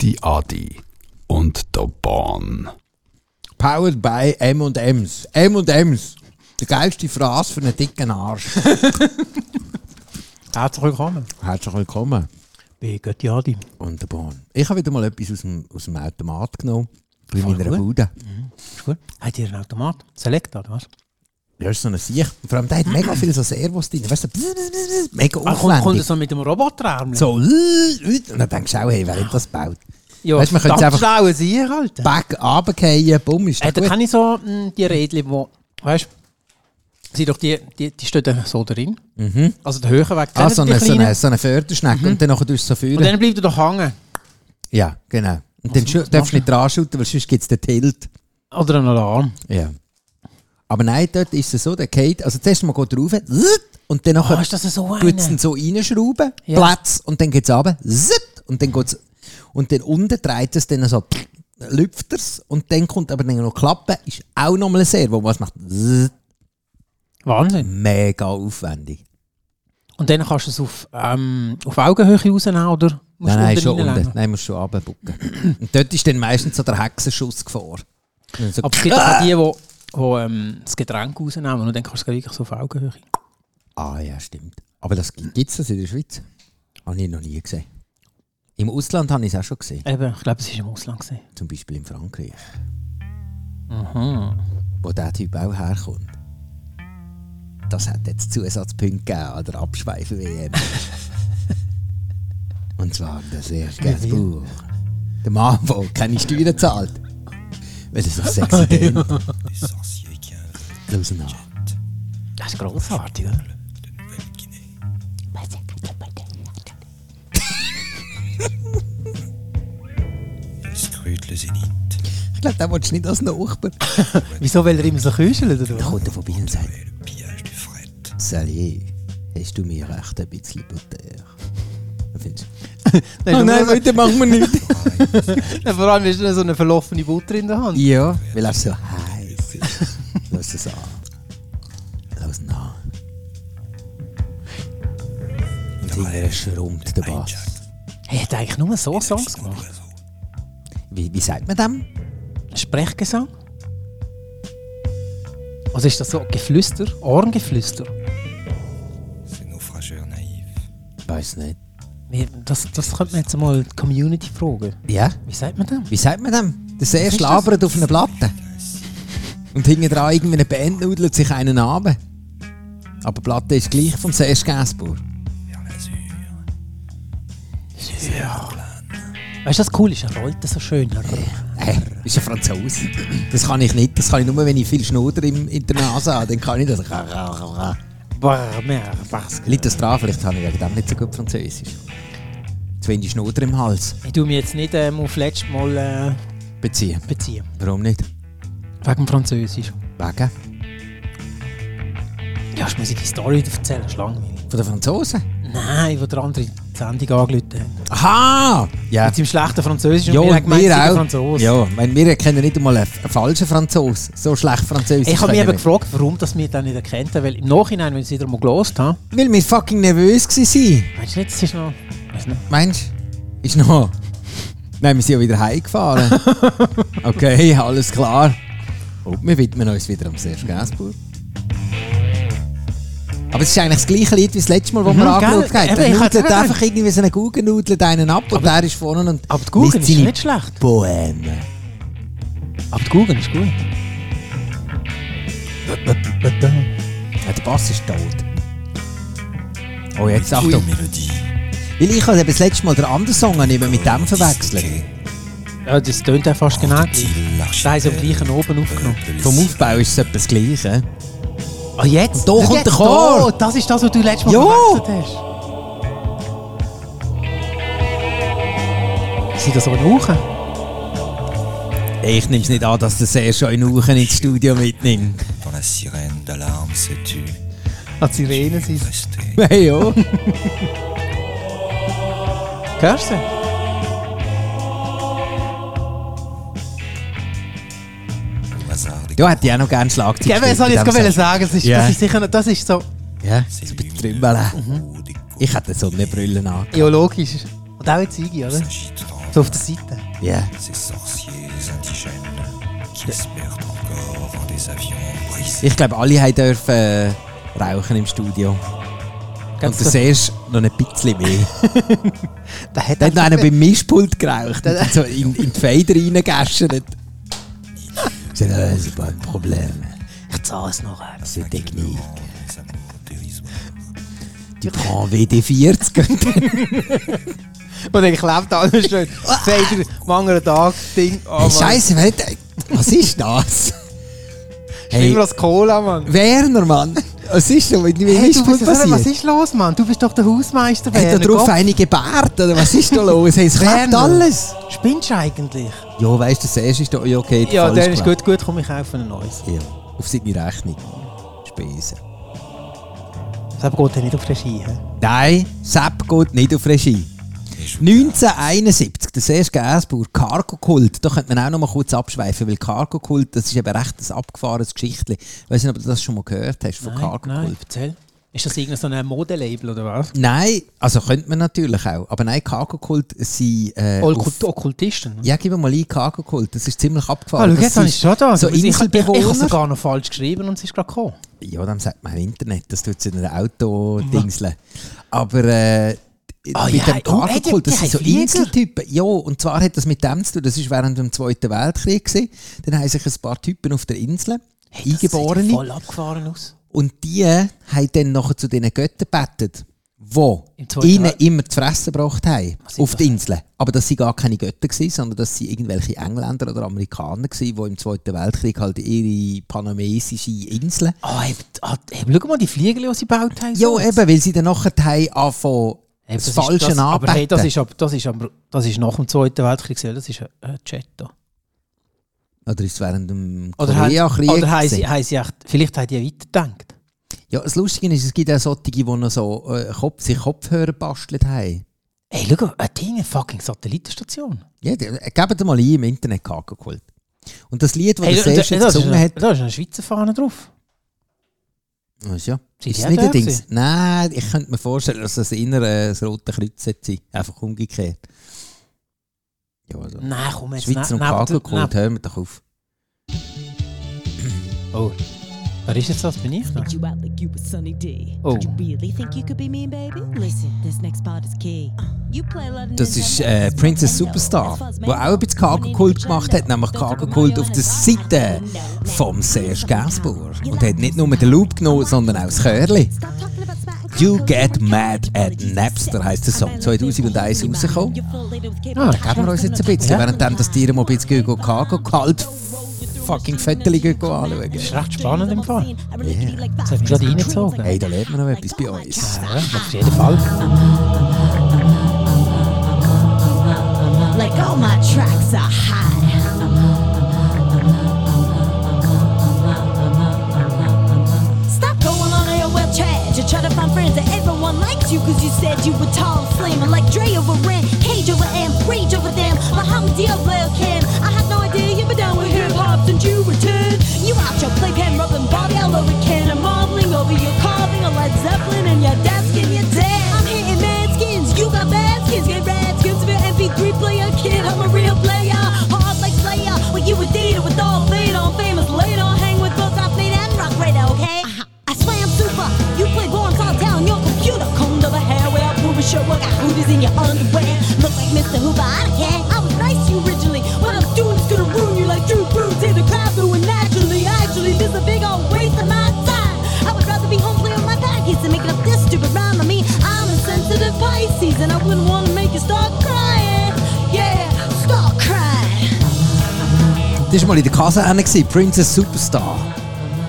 die Adi und der Bahn. Powered by M&M's. M&M's. Der geilste Fraß für einen dicken Arsch. Herzlich willkommen. Herzlich willkommen. Bei Götti Adi. Und der Bahn. Ich habe wieder mal etwas aus dem, aus dem Automat genommen. Bei Voll meiner gut. Bude. Ist gut. Habt ihr einen Automat? Select oder was? Ja, ist so eine Sicht. Vor allem, der hat mega viel so Servos drin. Weißt du, bzz, bzz, bzz, mega Ah, kommt, kommt aufwendig. das so mit dem Roboterarm? So, äh, äh, und dann denkst du auch, hey, wer hat das gebaut? ja, weißt du, man könnte verdammt einfach- schlaue halt. Sieg, Alter. Back runterfallen, bumm, ist Äh, das da gut. kann ich so mh, die Rädchen, die, weißt du, sind doch die, die, die stehen da so drin. Also der höhere Weg Mhm. Ah, so kennen eine, die so kleinen. Mhm. eine, so eine Förderschnecke und dann nachher tust du so führen. Und dann bleibt er doch hängen. ja, genau. Und dann schu- muss darfst du man nicht dran schütten, weil sonst gibt es den Tilt. Oder einen Alarm. Ja. Aber nein, dort ist es so, der geht, also zuerst mal geht er rauf, zzt, und dann Ah, nachher ist das so tut es einer? ihn so reinschrauben, Ja. Platz, und dann geht es runter, zzt, und dann geht's, und dann unten dreht es dann so, pff, lüpft er's, und dann kommt aber dann noch Klappe, ist auch nochmal ein Servo, was macht, zzt, Wahnsinn. mega aufwendig. Und dann kannst du es auf, ähm, auf Augenhöhe rausnehmen, oder? nein, nein, schon reinlegen? unten, nein, musst schon runterbucken. und dort ist dann meistens so der Hexenschuss gefahren. So, Aber es gibt auch die, die, die ähm, das Getränk rausnehmen und dann kannst du es wirklich so auf Augenhöhe. Ah ja, stimmt. Aber das gibt es das in der Schweiz? Habe ich noch nie gesehen. Im Ausland habe ich es auch schon gesehen. Eben, ich glaube, es war im Ausland. Gewesen. Zum Beispiel in Frankreich. Wo der Typ auch herkommt. Das hat jetzt Zusatzpunkte gegeben an der Abschweifen-WM. Und zwar der Serge Gainsbourg. Der Mann, der keine Steuern zahlt. Weil er so sexy tönt. Los und an. Das ist grossartig, oder? Scrute le zénith. Ich glaube, den willst du nicht als Nachbar. Wieso, weil er immer so küschelt, oder? Dann kommt er vorbei und sagt, Le pillage du fret. Salut, hast du mir recht ein bisschen Butter? Dann findest Nein, vor, Oh heute machen wir nicht. allem, vor allem ist er so eine verlaufene Butter in der Hand. ja, weil er so heiß ist. Lass es an. Lass es an. Und hinterher schrummt der Bass. Er hat eigentlich nur so Songs gemacht. Wie, wie sagt man dem? Sprechgesang? Also ist das so Geflüster, Ohrengeflüster? Ces naufrageurs naïfs. Weiß nicht. Wie- Das, das könnte man jetzt mal die Community fragen. Ja? Wie sagt man das? Wie sagt man dem? Der See ist das? schlabert auf einer Platte. Und hinten dran irgendwie eine Band nudelt sich einen Abend. Aber die Platte ist gleich vom See Gäsbauer. Vers l'azur. Weißt du, das cool ist, er rollt das so schön. Hey, Äh, ist ein Franzose. Das kann ich nicht. Das kann ich nur, wenn ich viel Schnuder im, in der Nase habe. Dann kann ich das. Brr, mehr, was? Liegt das dran? Vielleicht habe ich wegen dem nicht so gut Französisch. Zu wenig Schnuder im Hals Ich tu mich jetzt nicht ähm, auf letztes Mal äh, beziehen. beziehen. Warum nicht? Wegen dem Französisch. Wegen? Ja, hast du mir die Story erzählen? Ist langweilig. Von den Franzosen? Nein, wo der andere die Sendung angelötet hat. Aha! Ja. Mit seinem schlechten Französisch Ja, und mir und gemeint, wir sie sind auch. Franzose. Ja, mein, wir kennen nicht einmal einen einen falschen Franzosen. So schlecht Französisch. Ich habe mich können eben wir. gefragt, warum das wir dann nicht erkennt haben, weil im Nachhinein, wenn ich es wieder mal gelost habe, Weil wir fucking nervös waren. meinst du nicht, es ist noch... Weiss nicht. Meinst du? Ist noch. Nein, wir sind ja wieder heimgefahren. okay, alles klar. Oh. Und wir widmen uns wieder am Serge Gainsbourg. Aber es ist eigentlich das gleiche Lied wie das letzte Mal, wo wir Mhm, angeschaut gell? haben. Eben, Er ich hab's nudelt eben einfach irgendwie so einen Guggen, nudelt einen ab und der ist vorne und Aber die Guggen liest ist seine nicht schlecht. Poeme. Aber die Google ist gut. Ja, der Bass ist tot. Oh, jetzt Oui, Achtung. mélodie. Weil ich habe eben das letzte Mal den anderen Song nicht mehr mit dem verwechselt. Ja, das tönt ja fast genau gleich. Da haben sie am gleichen oben aufgenommen. Vom Aufbau ist es etwa das Gleiche. Ah, jetzt? Da kommt Jetzt, der Chor. da. Oh, Das ist das, was du letztes Mal Ja. gewechselt hast. Sind das auch Nuchen? Ich nehme es nicht an, dass der sehr schon Nuchen ins Studio mitnimmt. Dans la sirène d'alarme se tue. An die Sirenen sind es. Restez. ja. Hörst du sie? Au hasard des ja, hätte ich auch noch gerne Schlagzeug Eben, das gespielt wollte in ich jetzt diesem gerade sagen. Das ist, Ja. das ist sicher noch, das ist so... Ja, C'est zu le lumineux betrümmeln. haut des Ich hätte so eine Brille an. Ja, logisch. Und auch jetzt Sigi, oder? s'agitant So auf der Seite. Yeah. Ces sorciers indigènes qui se perdent encore dans des avions brisés. Ich glaube, alle haben dürfen äh, rauchen im Studio. Und du so- siehst noch ein bisschen mehr. der hat Dann hat noch einer einfach- beim Mischpult geraucht und so in, in die Feder reingegeschert. Sie sagen, das ist ein Problem. Ich zahle es noch ein. C'est technique. Les amours dérisoires. Du prends WD-40. Und dann klebt alles schön. Feder, manchmal Tag, Ding. Oh, Hey, Mann. Scheiße, wer hat- was ist das? Hey. Hey, das Cola, Mann. Werner, Mann. Was ist denn mit dem Hey, du Mischpult bist, was passiert? ist los, Mann? Du bist doch der Hausmeister, Hat da Werner, drauf Gott. eine gebärt? Oder was ist da los? Hey, es klappt Werner. alles. Spinnst du eigentlich? Ja, weißt du, das erste ist da ja okay. der Ja, Fall dann ist geklappt. gut, gut, komm, ich kaufe ein neues. Ja, auf seine Rechnung. Spesen. Das geht ja nicht auf Regie. hä? Nein, Sepp geht nicht auf Regie. 1971, das erste Gäsbauer, Cargo Kult. Da könnte man auch noch mal kurz abschweifen, weil Cargo Kult, das ist eben recht ein abgefahrenes Geschichtli. Ich weiß nicht, ob du das schon mal gehört hast von Cargo Kult. erzähl. Ist das irgendein so ein Modelabel oder was? Nein, also könnte man natürlich auch. Aber nein, Cargo Kult sind. Äh, auf- Okkult- Okkultisten? ja, gib mir mal ein, Cargo Kult. Das ist ziemlich Ah, abgefahren. schau, Das jetzt habe ich ist schon da. So ich ich, ich, ich habe Inselbewohner. sogar noch falsch geschrieben und es ist gerade gekommen. Ja, dann sagt man Internet, das tut es in einem Auto dingseln. Aber äh, Ah, mit ja, dem oh, ey, Kartenkult, die- das die sind so haben Flieger. Inseltypen. Ja, und zwar hat das mit dem zu tun, das war während dem Zweiten Weltkrieg. Gewesen. Dann haben sich ein paar Typen auf der Insel, Eingeborene, voll abgefahren aus. und die haben dann nachher zu diesen Göttern gebetet, Im die Zweiten ihnen Welt- immer zu fressen gebracht haben, sind auf das? die Inseln. Aber das waren gar keine Götter, gewesen, sondern das waren irgendwelche Engländer oder Amerikaner, gewesen, die im Zweiten Weltkrieg halt ihre panamesische Inseln Ah, eben, ah, eben, schau mal die Flieger, die sie gebaut haben. Ja, so. eben, weil sie dann nachher haben anfangen, äh, Eben, das, ist- Falsche das, Aber hey, das anbeten. ist, ab- das, ist, am- das ist nach dem Zweiten Weltkrieg, gewesen, das ist ein ein Chatto. Oder ist es während dem Oder, haben- Koreakrieg? oder haben sie, gewesen? haben sie echt, vielleicht haben die ja weitergedacht. Ja, das Lustige ist, es gibt auch solche, die noch so äh, Kopf, sich Kopfhörer bastelt haben. Ey, schau, ein Ding, eine fucking Satellitenstation. Ja, die- äh, gebt mal ein, im Internet geholt. Und das Lied, das Hey, das erste da, da, ist gesungen eine, hat, da ist eine Schweizer Fahne drauf. ist, ja, Sie ist sind es nicht auch ein da Ding. gewesen. Nein, ich könnte mir vorstellen, dass das inner äh, das rote Kreuz sein Einfach umgekehrt. Ja, also. Nein, komm jetzt. Schweizer und neb- neb- Kagelkult, neb- hör mir doch auf. Oh. Wer ist jetzt das? Bin ich noch? Spit you out like you a sunny day. Oh. You really think you could be mean, baby? Listen, this next part is key. You play a lot of Das Nintendo. ist äh, Princess Superstar, wo auch ein bisschen Kagerkult gemacht hat, nämlich Kagerkult auf der Seite vom Serge Gainsbourg. Und hat nicht nur den Loop genommen, sondern auch das Chörli. Stop talking about smack and You cock, Get cock, Mad cock, at cock, Napster cock, heisst der Song, 2001 rausgekommen. Ah, Geben wir uns jetzt ein bisschen, währenddem das Tier mal ein bisschen Google Kago kalt fucking Fötterchen gehen anschauen. Das ist recht spannend im Fall. Yeah. Das hat mich gerade reingezogen. Hey, da lernt man noch etwas bei uns. Ja, auf jeden Fall. Like all my tracks are high. Stop going on a well trash. You try to find friends that everyone likes you because you said you were tall, slim, and like Dre over Ren, Cage over M, Rage over them, Muhammad Diablo Kim. I had no idea you were down with hip hop since you returned. You out your playpen rubbing Bobby all over Ken and marveling over your carving a Led Zeppelin and your desk and your dad. I'm hitting mad skins, you got bad skins, get rad skins of your MP3 player, kid. I'm a real player, hard like Slayer. Well, you were dated with all fade on, famous later, hang with both top fade and rock radar, okay? I swear I'm super. You play bombs all down your computer. Combed over hair without proving sure. Work out hooters in your underwear. Look like Mr. Hoover. I don't care. I was nice to you originally. What I'm doing is gonna ruin you like Drew Brews in the crowd doing naturally. Actually, this is a big old waste of my time. I would rather be home playing with my baggies than making up this stupid rhyme. I mean, I'm a sensitive Pisces and I wouldn't wanna make you start crying. Yeah, start crying. Das war mal in der Kaserne, gewesen, Princess Superstar,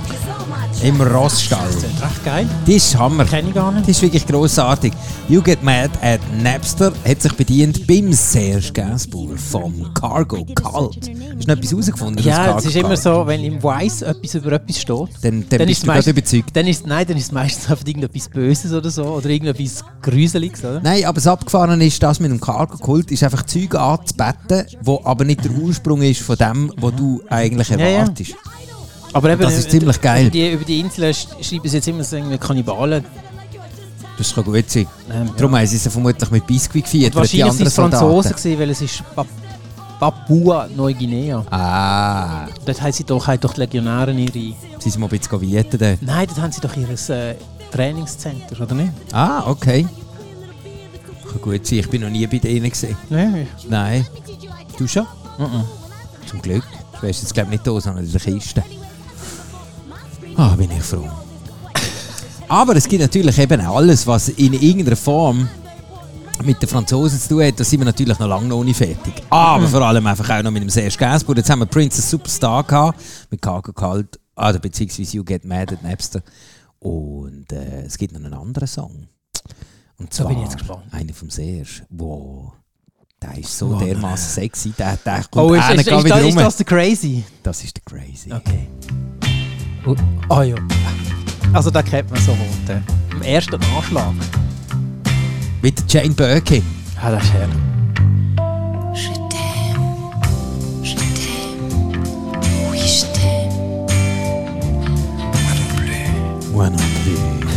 'Cause all my im tracks are Rossstall. Das ist recht geil. Das ist Hammer. Kenne ich gar nicht. Das ist wirklich grossartig. You Get Mad at Napster hat sich bedient beim Serge Gainsbourg vom Cargo Cult. Hast du noch etwas herausgefunden? Ja, aus es ist Cargo immer Cult? so, wenn im Weiss etwas über etwas steht, Dann, dann, ist bist es du gerade meist- überzeugt. Dann ist, nein, dann ist es meistens einfach irgendetwas Böses oder so. Oder irgendetwas Gruseliges, oder? Nein, aber das Abgefahren ist, das mit dem Cargo-Kult ist einfach Zeug anzubeten, wo aber nicht der Ursprung ist von dem, was du eigentlich ja. erwartest. Aber eben, Das ist äh, ziemlich über geil. Die, über die Inseln sch- schreiben sie jetzt immer so irgendwie Kannibalen. Das kann gut sein. Ähm, Darum haben sie es vermutlich mit Biscuit gefeiert. die Wahrscheinlich sind anderen es Franzosen, Soldaten. gewesen, weil es ist Pap Papua Neuguinea. Ah, Dort haben sie doch, haben doch die Legionäre ihre... sie sind mal ein bisschen wieten dort. Nein, dort haben sie doch ihr äh, Trainingscenter, oder nicht? Ah, okay. Kann gut sein, ich bin noch nie bei denen gesehen. Nein. Nein. Du schon? Mhm. Zum Glück. Du wärst jetzt glaube nicht da, sondern in der Kiste. Ah, bin ich froh. Aber es gibt natürlich eben auch alles, was in irgendeiner Form mit den Franzosen zu tun hat, da sind wir natürlich noch lange noch nicht fertig. Aber Mhm. vor allem einfach auch noch mit dem Serge Gainsbourg. Jetzt haben wir Princess Superstar gehabt, mit Cargo Cult, also beziehungsweise You Get Mad at Napster. Und äh, es gibt noch einen anderen Song. Und zwar bin ich jetzt gespannt. einer vom Serge. Wow. Der ist so dermaßen sexy, der, der kommt Oh, ist, einer ist, ist, gar wieder das, rum. ist das der Crazy? Das ist der crazy. Okay. Oh ja. Also da kennt man so wohl. den- Am ersten Anschlag. Mit der Jane Birkin. Ah, das ist her. Je t'aime, je t'aime, oui je t'aime, Moi non plus.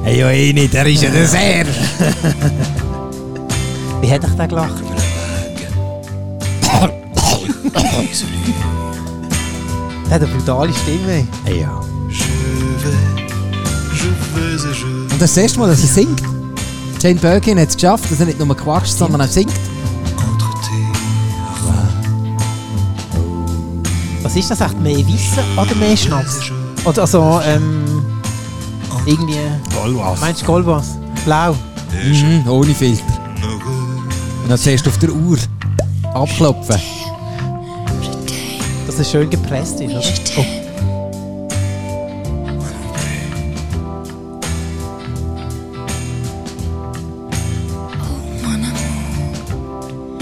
oh, Hey, ja, eh nicht, der ist ja der Serge. Wie hätte ich den gelacht? Der hat eine brutale Stimme. Hey, ja. Und das erste Mal, dass er singt. Jane Birkin hat es geschafft, dass er nicht nur quatscht, sondern auch singt. Was ist das echt? Mehr Wissen oder mehr Schnaps? Oder also, ähm... Irgendwie... Goldwas. Meinst du Goldwas? Blau. Mhm, ohne Filter. Und dann zuerst auf der Uhr abklopfen. Dass es schön gepresst ist, oder? je t'aime, oh mon amour,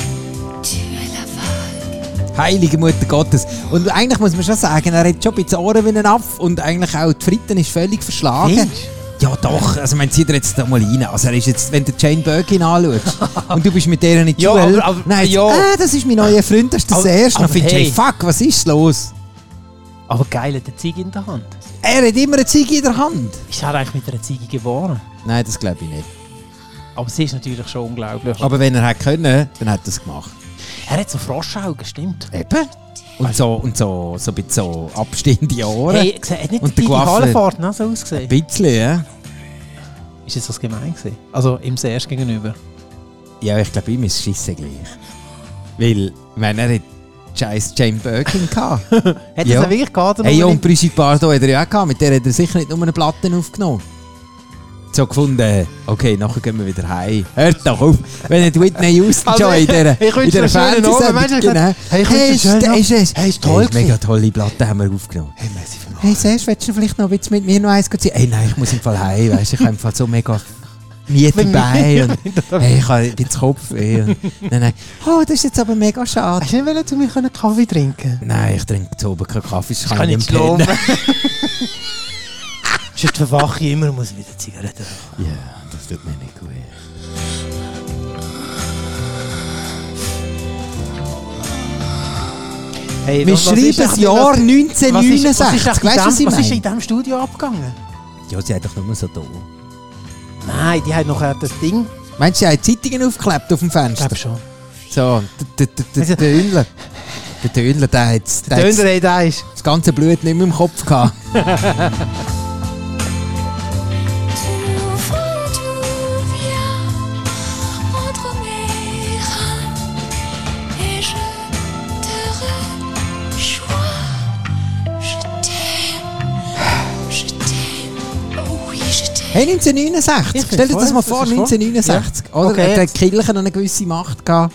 tu es la vague, Heilige Mutter Gottes. Und eigentlich muss man schon sagen, er hat schon ein bisschen Ohren wie ein Affe und eigentlich auch die Fritten ist völlig verschlagen. Findest Ja doch, also man zieht er jetzt da mal rein. Also er ist jetzt, wenn du Jane Birkin anschaust und du bist mit der nicht Ja, Duell, aber- aber- nein, jetzt, ja. äh, das ist mein neuer Freund, das ist das Aber- Erste. Dann aber findest du, hey, hey. fuck, was ist los? Aber geil, hat der Ziege in der Hand. Er hat immer eine Ziege in der Hand. Ist er eigentlich mit einer Ziege geworden? Nein, das glaube ich nicht. Aber sie ist natürlich schon unglaublich. Aber wenn er hätte können, dann hat er es gemacht. Er hat so Froschaugen, stimmt. Eben. Und so, und so, so ein bisschen so abstehende Ohren. Hey, gse- hat nicht Und die der Coiffeur. Hallenfahrt noch so Ein ausgesehen? bisschen, ja. Ist jetzt das gemein gewesen? Also im Serge gegenüber. Ja, ich glaube, ihm ist Schisse gleich. Weil, wenn er hat scheiß Jane Birkin gehabt. Hat Ja. das auch wirklich gehabt? hey, ja, und Brigitte Bardot hat er ja auch gehabt. Mit der hat er sicher nicht nur eine Platte aufgenommen. So gefunden, okay, nachher gehen wir wieder heim. Hört doch auf, wenn nicht Whitney Houston Also, schon in dieser, ich wünsche in dieser dir einen schönen Abend. Fernsehsendung. Meinst du, er hat genau. gesagt, hey, ich wünsche dir ist, einen schönen ist, ist, Abend. Hey, ist toll gewesen. mega tolle Platte haben wir aufgenommen. Hey, merci Hey, Serge, willst du vielleicht noch willst du mit mir noch eins ziehen? Hey, nein, ich muss im Fall heim, weißt du, ich habe im Fall so mega miete Wenn Beine und mir- hey, ich habe jetzt Kopfweh. Und, nein, nein. Oh, das ist jetzt aber mega schade. Hast du nicht zu mir einen Kaffee trinken Nein, ich trinke zu oben keinen Kaffee, das kann Kann ich ich nicht mehr pennen. schlafen. Sonst verwache ich immer, muss ich wieder Zigaretten rauchen. Ja, das tut mir nicht gut. Hey, Wir was- was schreiben ist das eigentlich- Jahr was- was ist- 1969. was ist eigentlich in weißt du, was dem- ich Was ist in meine? diesem Studio abgegangen? Ja, sie hat doch nur so da. Nein, die haben nachher das Ding... Meinst du, sie hat Zeitungen aufgeklebt auf dem Ich Fenster? glaube schon. So, und der- der- der der Also- Dönler. Der Dönler, der hat das- der hat Döner, da ist... das ganze Blut nicht mehr im Kopf gehabt. tu ouvres tout vient entre mes reins et je te rejoins, je t'aime, je t'aime, oh oui je t'aime. Hey, 1969. Ich find's Stell dir das voll, mal das vor, ist voll. 1969. Ja. Oder Okay, hat der jetzt- Kirche noch eine gewisse Macht gehabt?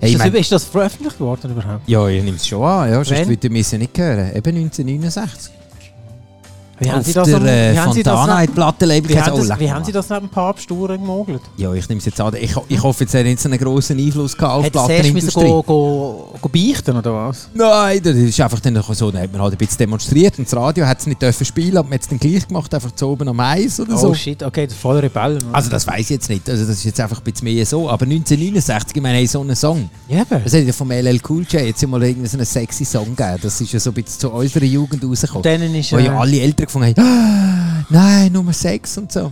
Hey, Ist ich das, mein, über- ist das veröffentlicht worden überhaupt? ja, ich nehme es schon an. Ja, sonst Wenn? würde wir es ja nicht hören. Eben 1969. Wie Auf das der am- äh, wie haben Sie das Fontana am- hat die Plattenlabel Wie gesagt, haben, oh, das, leck wie mal. haben Sie das neben dem Papst durchgemogelt? Ja, ich nehme es jetzt an. Ich, ho- ich hoffe, jetzt hat nicht so einen grossen Einfluss gehabt auf die Hätte es zuerst müssen Plattenindustrie. go, go, go beichten oder was? Nein, das ist einfach dann so. Dann hat man halt ein bisschen demonstriert und das Radio hat es nicht dürfen spielen, aber man hat es dann gleich gemacht, einfach zu oben am Eis oder so. Oh shit, okay, das ist voll Rebellen. Also das weiß ich jetzt nicht. Also das ist jetzt einfach ein bisschen mehr so. Aber 1969, ich meine, hey, so einen Song. Ja, eben. Das hat ja vom LL Cool J jetzt mal irgendeinen sexy Song gegeben. Das ist ja so ein bisschen zu unserer Jugend rausgekommen. Und denen ist, wo äh, ja alle Eltern gefunden haben, «Ah, nein, Nummer 6 und so.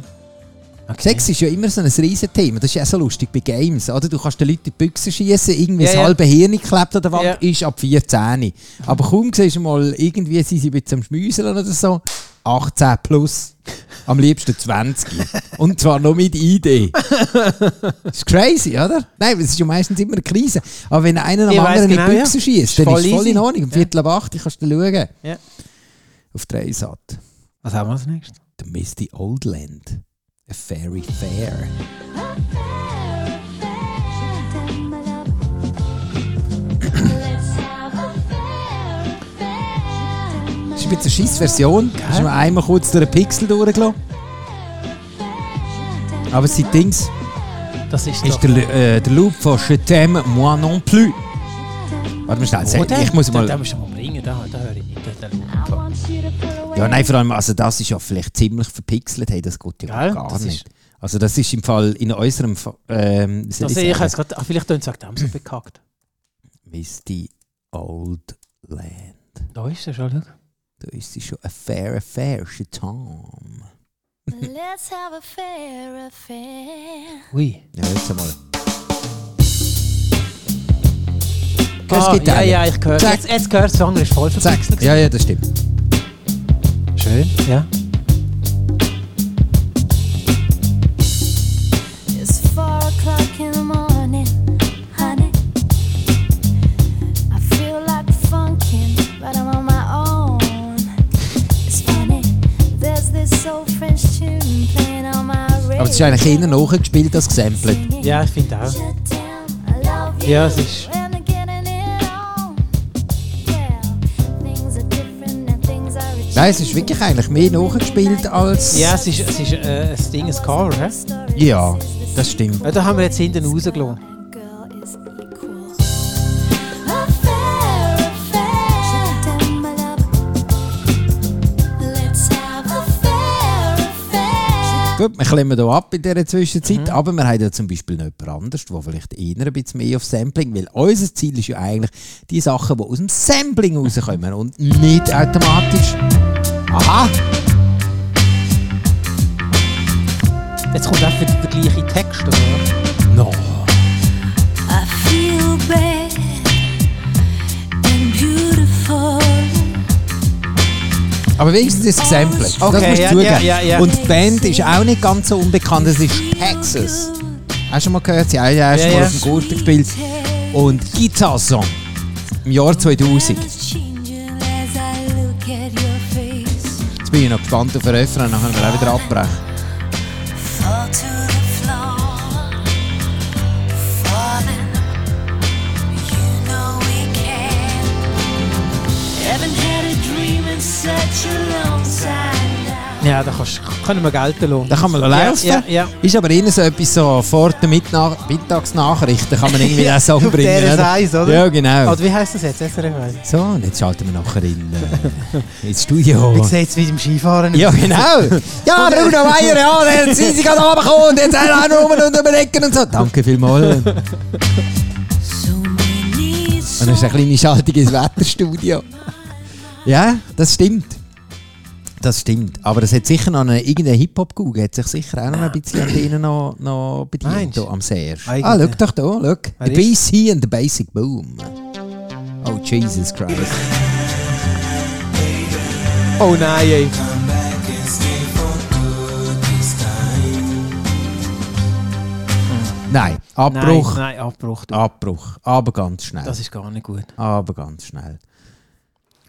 Sex ist ja immer so ein Riesenthema. Das ist ja auch so lustig bei Games. Oder? Du kannst den Leuten in die Büchse schießen, irgendwie Ja, das ja. halbe Hirn geklebt an der Wand, Ja. ist ab 14. Aber kaum siehst du mal, irgendwie sind sie ein bisschen am Schmüseln oder so. 18 plus. Am liebsten 20. Und zwar noch mit ID. Das ist crazy, oder? Nein, es ist ja meistens immer eine Krise. Aber wenn einer am Ich weiss anderen in genau, die ja. Büchse schießt, Ist dann voll ist es voll easy. in Ordnung. Um Viertel ab 8 kannst du schauen. Ja. Auf drei Satt. Was haben wir als nächstes? The Misty Old Land. A Fairy Fair. Das ist ein bisschen eine scheisse Version. Da ist nur einmal kurz durch den Pixel durchgelassen. Aber seit Dings Das ist, ist doch- der, Lu- äh, der Loop von Je t'aime moi non plus. Warte mal schnell, Wo denn? Also, ich muss Den, den mal... musst du mal bringen, da, da höre ich nicht. Den, den Loop. Ja, nein, vor allem, also das ist ja vielleicht ziemlich verpixelt, hey, das geht ja Gell? gar Das ist- nicht. Also das ist im Fall in unserem... Fa- Ähm, wie soll Das ich sehe ich sagen? jetzt gerade. Ach, vielleicht tun sie auch die Emser bekackt. Misty Old Land. Da ist er schon, schau. Da ist sie schon a fair affair, she Tom. Let's have a fair affair. Ui. Ja, jetzt einmal. Hörst Ah, du Gitarre? ja, ja, ich höre. Zack. Jetzt, jetzt gehört es, der andere ist voll Zack. verpixelt. Ja, ja, das stimmt. Schön, ja. It's four o'clock in the morning, honey. I feel like funkin', but I'm on my own. It's funny, there's this old French tune playing on my radio. Aber es ist eigentlich eher nachgespielt als gesampelt. Singing, Ja, ich finde auch. shut down, I love you. Ja, es ist- When I'm getting it on. Well, things are different and things are a Nein, es ist wirklich eigentlich mehr nachgespielt als... Ja, es ist, es ist äh, ein Ding, ein Cover, hä? Ja, das stimmt. Ja, Da haben wir jetzt hinten rausgelassen. Girl is equal. A fair affair. Shut down, my love. Let's have a fair affair. Gut, wir klemmen hier ab in dieser Mhm. Zwischenzeit, aber wir haben ja zum Beispiel noch jemand anderes, der vielleicht eher ein bisschen mehr auf Sampling will. Unser Ziel ist ja eigentlich die Sachen, die aus dem Sampling rauskommen und nicht automatisch... Aha! Jetzt kommt auch für den gleichen Text, oder? No. I feel bad and beautiful. Aber wenigstens ist es gesampelt. das Okay, musst du ja, zugeben. ja, ja, ja. Und die Band ist auch nicht ganz so unbekannt, es ist Texas. Hast du schon mal gehört? Sie haben ja erst Ja, mal ja. auf dem Gurt gespielt. Und Guitar Song im Jahr 2000. It's changing as I look at your face. Jetzt bin ich noch gespannt auf den Refrain, dann können wir auch wieder abbrechen. Fall to the floor. Falling. You know we can. Haven't had a dream in such a long time now. Ja, da kannst, können wir gelten lassen. Da kann man laufen. Ja, ja, ja. Ist aber eher so etwas so vor der Mittna Mittagsnachrichten kann man irgendwie Ja, den Song auf bringen. dieser Seite, oder? Also Ja, genau. Oder wie heisst das jetzt? SRF 1? So, und jetzt schalten wir nachher in, äh, ins Studio. Wie sieht es mit dem Skifahren aus? Ja, genau. Ja, Bruno Meier, ja, der sind sie gerade runtergekommen und jetzt haben wir rum und überlegen und so. Danke vielmals. Und dann ist eine kleine Schaltung ins Wetterstudio. Ja, das stimmt. Das stimmt. Aber es hat sicher noch einen, irgendeinen Hip-Hop-Gug, hat sich sicher auch noch ein bisschen an denen noch, noch bedient, Meinst du? hier am Seersch. Ah, Eigentlich. schau doch da, schau. The ist- BC and the Basic Boom. Oh, Jesus Christ. Oh nein, ey. Nein, Nein, Abbruch. Ah. Nein, Abbruch. Du. Abbruch. Aber ganz schnell. Das ist gar nicht gut. aber ganz schnell.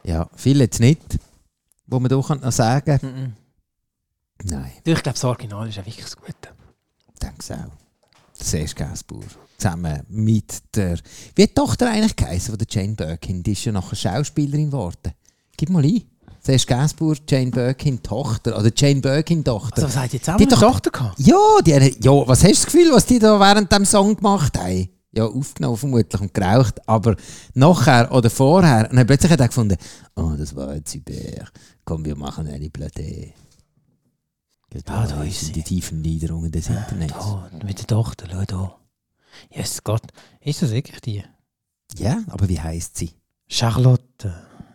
Ja, viel jetzt nicht, wo man doch noch sagen kann. Mhm. Nein, Du, ich glaube, das Original ist auch wirklich das Gute. ich denke es auch. Der Serge Gainsbourg. Zusammen mit der... Wie hat die Tochter eigentlich geheißen von der Jane Birkin? Die ist ja nachher Schauspielerin geworden. Gib mal ein. Serge Gainsbourg, Jane Birkin Tochter. Oder Jane Birkin Tochter. Also, was habt ihr jetzt auch Die mal eine doch- Tochter gehabt? ja, die, haben- ja, was hast du das Gefühl, was die da während dem Song gemacht haben? Ja, aufgenommen vermutlich und geraucht, aber nachher oder vorher, und dann plötzlich hat er gefunden, oh, das war jetzt super, komm, wir machen eine Platte. Ah, da ist sie. Ah, die tiefen Niederungen des Internets. Da, mit der Tochter, schau da. Yes, Gott. Ist das wirklich die? Ja, aber wie heißt sie? Charlotte.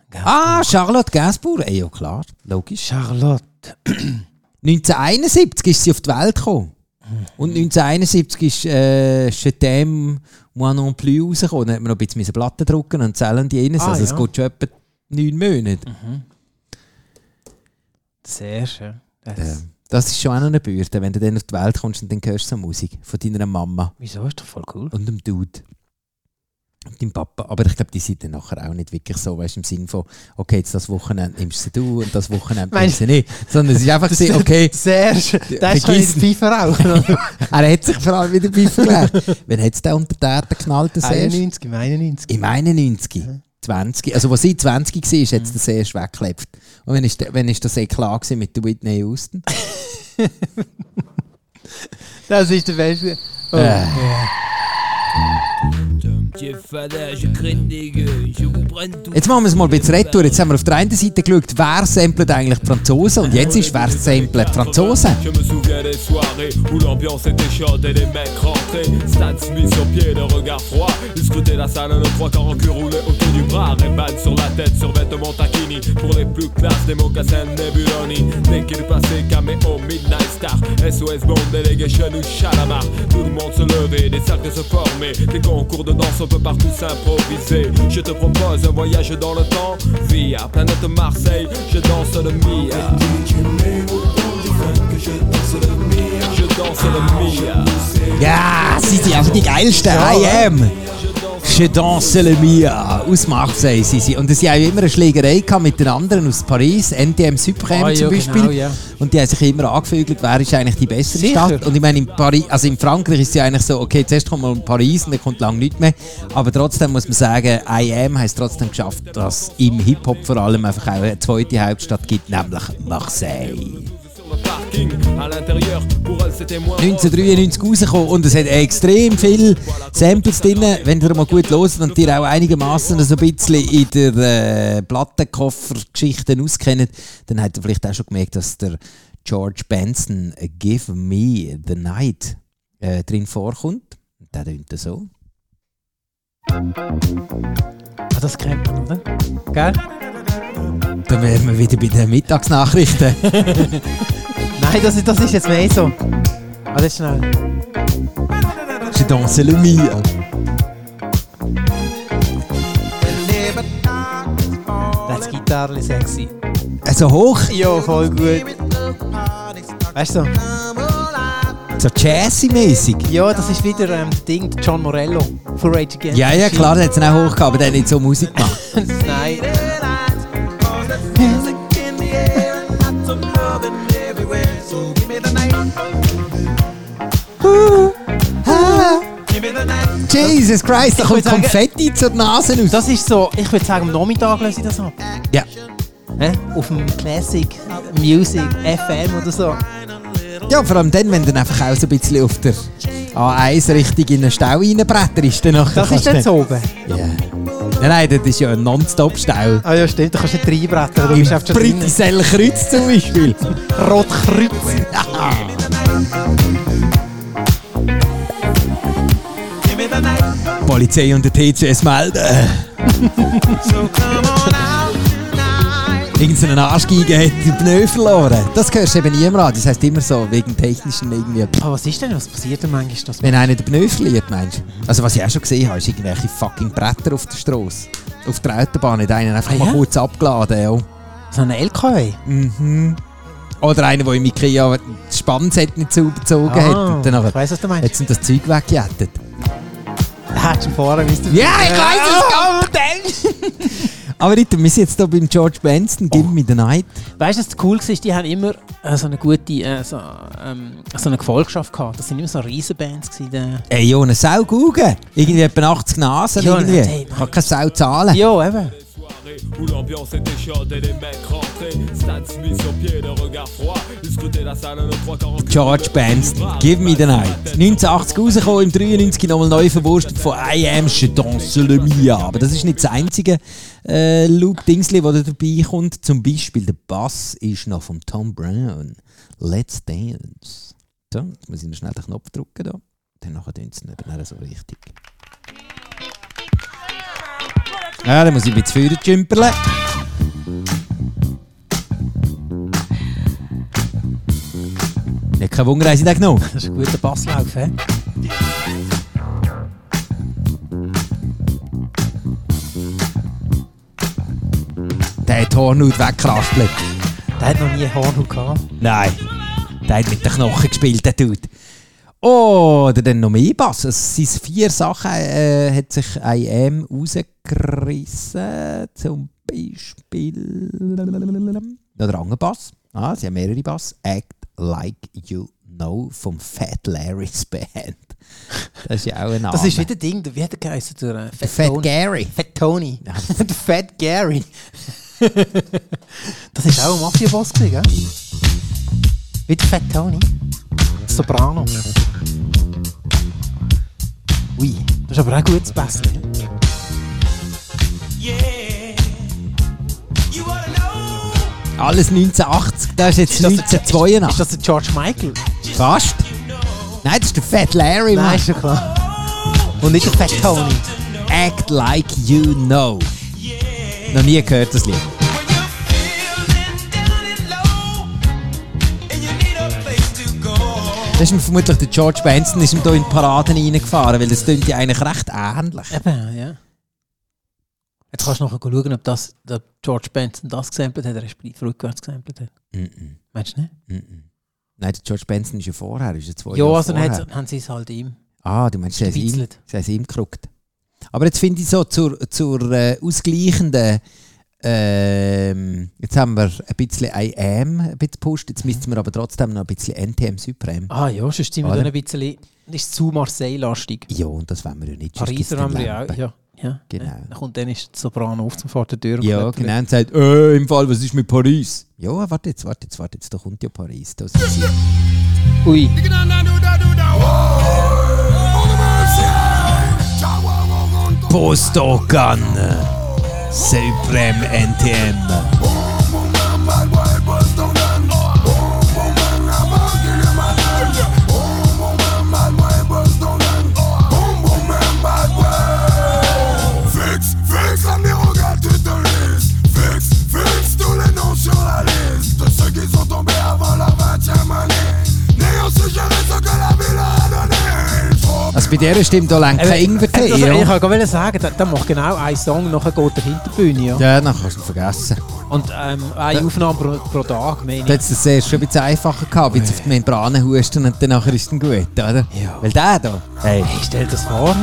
Gell? Ah, Charlotte Gainsbourg, Ey, ja klar, logisch. Charlotte. 1971 ist sie auf die Welt gekommen. Und 1971 ist äh, «Je t'aime, moi non plus» rausgekommen. Dann hat man noch ein bisschen Platten drucken und zählen die rein. Ah, also es ja. Mhm. geht schon etwa neun Monate. Sehr schön. Das, Ähm, Das ist schon auch noch eine Bürde, wenn du dann auf die Welt kommst und dann hörst du so Musik von deiner Mama Wieso ist doch voll cool? und dem Dude und deinem Papa. Aber ich glaube, die sind dann nachher auch nicht wirklich so, weißt du, im Sinn von, okay, jetzt das Wochenende nimmst du sie du und das Wochenende nimmst Meinst- du sie nicht. Sondern es ist einfach so, okay, Sehr schön. Das ist schon Vergiss- in Pfeifer auch. er hat sich vor allem wieder beivergleicht. Wann hat es den unter der Erde geknallt, das erste? 91, 91. Im 91. 20. Also, als sie 20 war, hat es das erst weggeklebt. Und wenn ist, der- wann ist das eh klar gewesen mit der Whitney Houston? Das ist der beste. Oh, ja. Jetzt machen wir es mal ein bisschen retour. Jetzt haben wir auf der einen Seite geschaut, wer samplet eigentlich die Franzosen und jetzt ist, wer samplet die Franzosen. Je me souviens des soirées où l'ambiance était chaude et les mecs rentraient. Stan Smith sur pied, le regard froid. Ils scrutaient la salle, le trois quarts en cul roulé autour du bras. Rayman sur la tête, sur vêtements taquini. Pour les plus classes, des mocassins Nebuloni. Dès qu'il passait, caméo, Midnight Star. SOS Bond, Delegation ou Chalamar. Tout le monde se levait, des cercles se formaient. Des concours de danse, on peut partout s'improviser. Je te propose un voyage dans le temps. Via planète Marseille, je danse le Mia. Je danse le Mia. Ja, sie sind einfach die geilsten. I am. Je danse le mia. Aus Marseille sind sie. Und sie haben immer eine Schlägerei gehabt mit den anderen aus Paris, NTM Supreme Ah, ja, zum Beispiel. genau, ja. Und die haben sich immer angevögelt, wer ist eigentlich die bessere Sicher. Stadt. Und ich meine, in, Paris, also in Frankreich ist es ja eigentlich so, okay, zuerst kommt man Paris und dann kommt lang nichts mehr. Aber trotzdem muss man sagen, I am hat es trotzdem geschafft, dass im Hip-Hop vor allem einfach auch eine zweite Hauptstadt gibt, nämlich Marseille. Sur le parking, à l'intérieur, pour elle c'était moins. 1993 rausgekommen und es hat extrem viele Samples drin. Wenn ihr mal gut hört und ihr auch einigermaßen so ein bisschen in der äh, Plattenkoffer-Geschichte auskennt, dann habt ihr vielleicht auch schon gemerkt, dass der George Benson äh, «Give Me the Night» äh, drin vorkommt. Der tönt so. Ah, das kennt man, oder? Gell? Dann wären wir wieder bei den Mittagsnachrichten. Nein, das, ist- das ist jetzt mehr so. Ah, das ist schnell. «Je danse le mien». Das ist Gitarre sexy. Also hoch, Ja, voll gut. Weißt du? so jazzy-mässig. Ja, das ist wieder ähm, das Ding, der John Morello von Rage Against Ja, the ja, Machine. klar, der hat es auch hoch gehabt, aber der hat nicht so Musik gemacht. Nein. Jesus Christ, da kommt Ich würde sagen- Konfetti zur Nase raus. Das ist so, ich würde sagen, am Nachmittag löse ich das ab. ja. Hä? Auf dem Classic Music FM oder so. ja, vor allem dann, wenn dann einfach auch so ein bisschen auf der A1 richtig in den Stau reinbretterst. dann nachher Das kannst ist du jetzt oben. Ja. Nein, nein, das ist ja ein Nonstop-Stau. Ah ja, stimmt, du kannst nicht reinbrettern, du Im bist einfach schon drin. Britiseller Kreuz zum Beispiel. Rotkreuz. Polizei und der TCS melden. Irgendeinen Arschgeigen hat die Pneu verloren. Das hörst du eben nie im Radio. Das heisst immer so, wegen technischen irgendwie. Aber was ist denn, was passiert denn manchmal? Dass man Wenn einer den Pneu verliert, meinst du? Also was ich auch schon gesehen habe, ist irgendwelche fucking Bretter auf der Straße. Auf der Autobahn hat einer einfach Ah, mal ja? kurz abgeladen. Ja. so einen E? LKW? Oder einer, der im Ikea das Spannset nicht saubergezogen hat. Und dann Ah, ich nachher, weiss, was du meinst. jetzt sind das Zeug weggejettet. Äh, Hättest du Ah! vorher müssen. Ja, ich weiss es! Aber Ritter, wir sind jetzt hier beim George Benson, Give Oh. Me The Night. Weißt du, was cool war? Die haben immer äh, so eine gute äh, so, ähm, so eine Gefolgschaft gehabt. Das sind immer so Riesenbands. Gewesen, Ey, jo, eine Sau gucken. Irgendwie etwa 80 Nasen. Ja, irgendwie. hey, Mann. Kann keine Sau zahlen. äh. Ja, eben. soirées où l'ambiance était chaude et les mecs rentraient. Stan Smith sur pied, le regard froid. Ils scrutaient la salle, le trois quarts en cul. George Benson, Give Me The Night. 1980 rausgekommen, im 93 nochmal neu verwurstet von I Am Je Danse Le Mia. Aber das ist nicht das einzige äh, Loop-Dingsli, das da dabei kommt. Zum Beispiel der Bass ist noch von Tom Brown. Let's Dance. So, jetzt muss ich noch schnell den Knopf drücken da. Dann nachher tun sie ihn eben auch so richtig. Ja, dann muss ich ein bisschen vorne jumperlen. Ja, Kein Wunder, haben sie den genommen. Das ist ein guter Passlauf, hä? Der hat Hornhaut wegkraspelt. Der hat noch nie Hornhaut gehabt. Nein. Der hat mit den Knochen gespielt, der Dude. Oder dann noch mehr Bass. Also, es sind vier Sachen, äh, hat sich IM rausgerissen. Zum Beispiel. Oder anderen Bass. Ah, sie haben mehrere Bass. Act Like You Know vom Fat Larry's Band. Das ist ja auch ein Name. Das ist wieder ein Ding, der- wie hat der geheißen? Ah, Der äh, Der Fat Tony. Gary. Fat Tony. Der Fat Gary. das ist auch ein Mafia-Boss, gewesen, gell? Wie der Fat Tony. Soprano. Ui, das ist aber auch ein gutes Bass. Alles 1980. Das ist jetzt Ist 1982. das der George Michael? Fast. Nein, das ist der Fat Larry, Nein, Mann. ist ja klar. Und nicht der Fat Tony. Act Like You Know. Noch nie gehört das Lied. Das ist ihm vermutlich der George Benson ist ihm da in die Paraden reingefahren, weil das klingt ja eigentlich recht ähnlich. Eben, ja. Jetzt kannst du nachher schauen, ob das, der George Benson das gesampelt hat, respektive rückwärts gesampelt hat. Mm, Meinst du nicht? Nein, der George Benson ist ja vorher, ist ja zwei Ja, Jahre also dann vorher. hat- haben sie es halt ihm. Ah, du meinst, sie haben es ihm, gespitzelt. sie haben es ihm geguckt. Aber jetzt finde ich so, zur, zur äh, ausgleichenden, ähm, jetzt haben wir ein bisschen I Am ein bisschen gepusht, jetzt müssten wir aber trotzdem noch ein bisschen NTM Supreme. Ah ja, sonst sind wir Oder? dann ein bisschen... Das ist zu Marseille-lastig. Ja, und das wollen wir ja nicht. sonst Pariser gibt's haben wir den ja auch. Läppen. Ja. Ja. Genau. Dann kommt dann ist der Soprano auf zum Vater Dürr. Ja, genau. Und sagt, äh, im Fall, was ist mit Paris? Ja, warte jetzt, warte jetzt, warte jetzt, da kommt ja Paris. Da sind sie. Ui. Postokan Supreme NTM. Fixe, fixe la miroga toute liste Fixe, fixe tous les noms sur la liste De ceux qui sont tombés avant la 20e année N'ayant suggéré ce que la ville a donné Il faut Also bei dieser Stimme da lenkt kein Ingwertee, Also, ich ja. kann gerade sagen, der, der macht genau einen Song, nachher geht er hinter die Bühne. Ja. Ja, dann kannst du ihn vergessen. Und ähm, eine Aufnahme pro, pro Tag, meine Da ich. hat es das erst schon ein bisschen einfacher gehabt, jetzt auf die Membrane husten und danach ist es gut, oder? Ja. Weil der da, hey, Hey, stell dir das vor.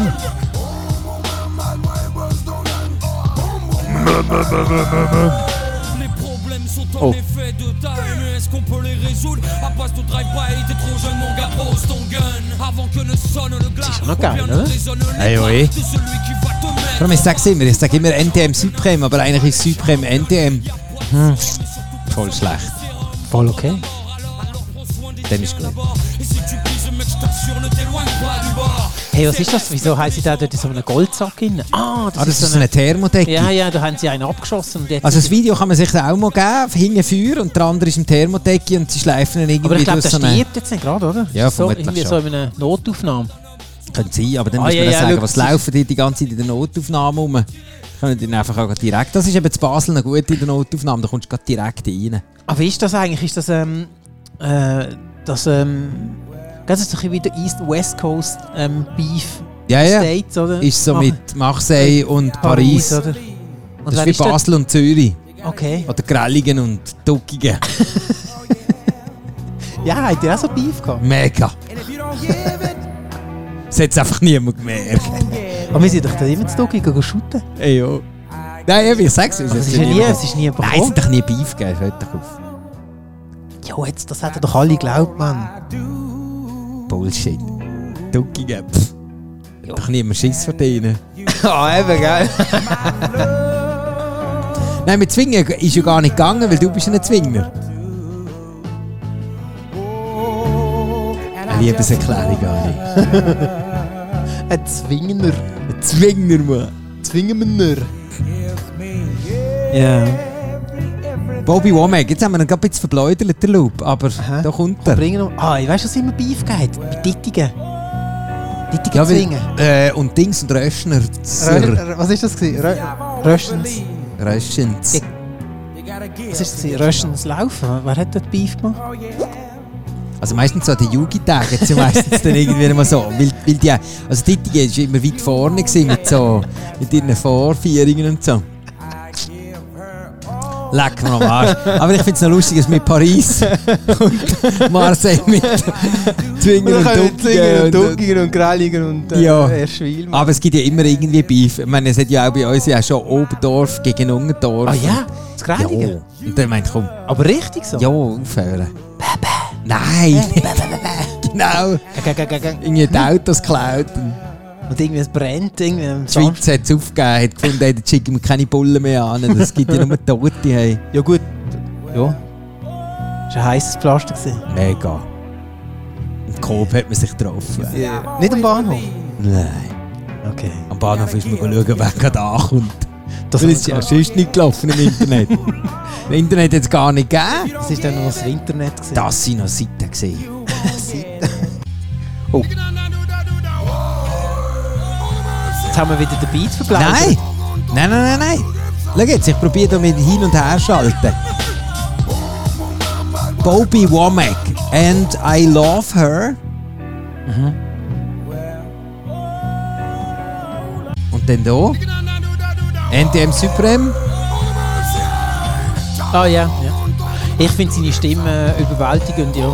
Les problèmes sont en effet de taille, mais est-ce qu'on peut les résoudre À base de drive-by, t'es trop jeune, mon gars, pose ton gun avant que ne sonne le glas. schon noch geil, ne? oder? Eh Eh oui. oui. De celui qui va te mettre Darum, ich sag's immer, ich sag immer NTM Supreme, aber eigentlich ist Supreme NTM. hm, Voll schlecht. Voll okay. Dann ist gut. Hey, was ist das? Wieso heißt sie da dort in so einem Goldsack drin? Ah, das Ah, das ist ist so eine... eine Thermodecke. Ja, ja, da haben sie einen abgeschossen. Und jetzt Also das Video kann man sich dann auch mal geben, hinten Feuer und der andere ist im Thermodecki und sie schleifen ihn irgendwie aber ich glaube, der durch so eine... stirbt jetzt nicht gerade, oder? Ja, so, vermutlich Irgendwie so schon. in einer Notaufnahme. Könnte sein, aber dann Ah, muss ja, man dann ja, sagen, schau, was das laufen die die ganze Zeit in der Notaufnahme rum? Können die einfach auch grad direkt... Das ist eben zu Basel noch gut in der Notaufnahme, da kommst du gerade direkt rein. Aber wie ist das eigentlich? Ist das, ähm, äh, das, ähm, ganz so ein bisschen wie der East-West Coast ähm, Beef Ja, ja, States, oder? ist so ne? Mach- mit Marseille und Paris. Das oder? Und ist wer wie ist das? Basel und Zürich. Okay. Oder Grelligen und Duckigen. Ja, habt ihr auch so Beef gehabt? Mega. Das hat einfach niemand gemerkt. Aber wir sind doch da immer zu Tokio gegangen shooten. Ey, jo. Nein, eben, ich sag's uns. Aber es ist ja nie, es ist nie Nein, es bekommen. hat doch nie Beef gegeben, hört doch auf. Ja, jetzt, das hätten doch alle geglaubt, Mann. Bullshit. Duckige. Pff. Hat doch niemand Schiss verdienen. Ah, eben, gell? Nein, mit Zwingen ist ja gar nicht gegangen, weil du bist ja ein Zwinger. Oh, Eine Liebeserklärung, Ali. Ein Zwingender. Ein Zwinger, Mann. Zwingender. Ja. Bobby Womack, jetzt haben wir ihn gerade ein bisschen verbläudert, der Loop, aber Aha. da kommt er. Bringen wir- Ah, ich weiss, was immer Beef gegeben hat. Bei Dittigen. Dittigen Ja, weil- Zwingen. äh, und Dings und Röschner. Zer- Rö- was ist das? gewesen? Rö Röschens. Röschens. Was ist das? gewesen? Röschens Laufen? Wer hat dort Beef gemacht? Also meistens so an den Jugendtagen hat sie meistens dann irgendwie immer so. Weil, weil die, also die, die ist immer weit vorne gewesen mit so, mit ihren Vorführungen und so. Leck mir am Arsch. Aber ich finde es noch lustig, dass mit Paris und Marseille mit Zwinger und Zingen Ducken und und, Duckiger und Greiliger und äh, Ja. Erschwil. aber es gibt ja immer irgendwie Beef. Ich meine, es hat ja auch bei uns ja schon Oberdorf gegen Ungendorf. Ah ja, das Ja. Greiliger. Und dann meint, komm, Aber richtig so. ja, aufhören. Nein! genau! Gä, gä, gä, gä. Irgendwie die Autos geklaut. Und irgendwie es brennt. Irgendwie am Die Schweiz hat es aufgegeben, hat gefunden, hey, da schicken wir keine Bullen mehr an. Es gibt ja nur Tote. Hey. Ja gut. Ja. Das war ein heißes Pflaster. Gewesen. Mega. Im Coop hat man sich getroffen. Nicht am Bahnhof. Nein. Okay. Am Bahnhof ist man schauen, wer gerade ankommt. Das haben wir ist ja gemacht. sonst nicht gelaufen im Internet. Im Internet hat es gar nicht gegeben. Das war dann noch das Internet. Gewesen. Das sind noch Seiten. gewesen. Jetzt haben wir wieder den Beat verblaut. Nein! Nein, nein, nein, nein. Schau jetzt, ich probiere da mit hin und her schalten. Bobby Womack and I Love Her. Mhm. Und dann da. NTM Supreme. Ah ja. ja. Ich finde seine Stimme überwältigend, ja.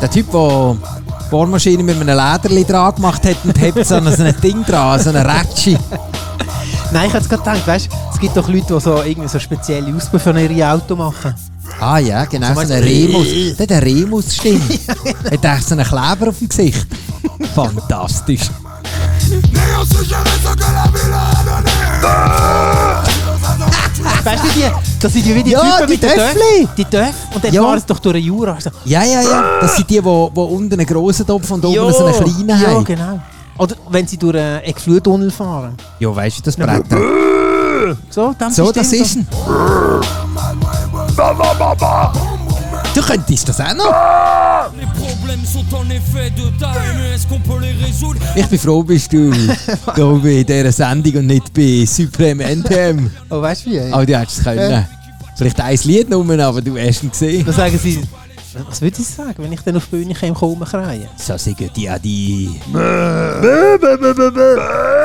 Der Typ, der die Bohrmaschine mit einem Lederli dran gemacht hat und hat so ein Ding dran, so eine Rätschi. Nein, ich hätte es gerade gedacht, weißt es gibt doch Leute, die so, irgendwie so spezielle Ausbau für ihre Auto machen. Ah ja, genau, so eine Remus. Der hat eine Remus-Stimme. Hat echt so einen Kleber auf dem Gesicht. Fantastisch. Néant se gérer ce que la ville a donné Weißt du, die, das sind ja wie die Ja, Typen die mit den Töffli. Töff- Die Töff. Und dann Ja. fahren sie doch durch den Jura. So, Ja, ja, ja. Das sind die, die, die unten einen grossen Topf und oben so einen kleinen Ja, haben. genau. Oder wenn sie durch einen Geflurtunnel fahren. Ja, weißt du, das Bretter. So, dann So, das ist ein. Du könntest das auch noch. Les problèmes sont en effet de taille, mais est-ce qu'on peut les résoudre Ich bin froh, bist du da bei dieser Sendung und nicht bei Supreme Anthem. Oh, weißt du wie? Aber Ah, du hättest es können. Vielleicht ein Lied nur, aber du hast ihn gesehen. Dann sagen sie, was würde ich sagen, wenn ich dann auf die Bühne käme, kaum kreien? So sagen die ja die.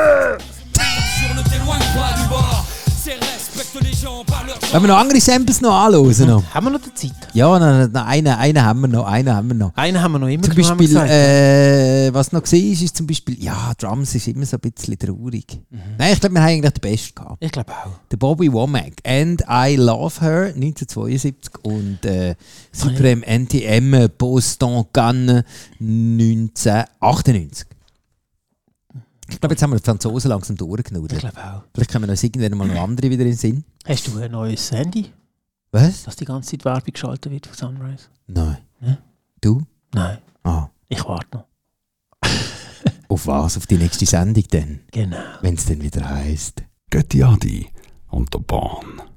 Sur ne t'éloigne pas du bord, c'est respecte les gens, pas leur Wenn wir noch andere Samples noch anhören. Noch. Haben wir noch die Zeit? Ja, noch, noch einen, einen haben wir noch, einen haben wir noch. Einen haben wir noch immer Zum genommen, Beispiel, haben wir gesagt. äh, was noch war, ist zum Beispiel, ja, Drums ist immer so ein bisschen traurig. Mhm. Nein, ich glaube, wir haben eigentlich den Besten gehabt. Ich glaube auch. Der Bobby Womack, And I Love Her, 1972 und äh, Supreme NTM, äh, Boston Cannes, 1998. Ich glaube, jetzt haben wir die Franzosen langsam Ich durchgenudelt. glaube auch. Vielleicht können wir uns irgendwann mal noch andere wieder in den Sinn. Hast du ein neues Handy, Was? das die ganze Zeit Werbung geschaltet wird von Sunrise? Nein. Ja. Du? Nein, Ah, ich warte noch. auf was? Auf die nächste Sendung dann, Genau. wenn es dann wieder heisst. Götti Adi und der Bahn.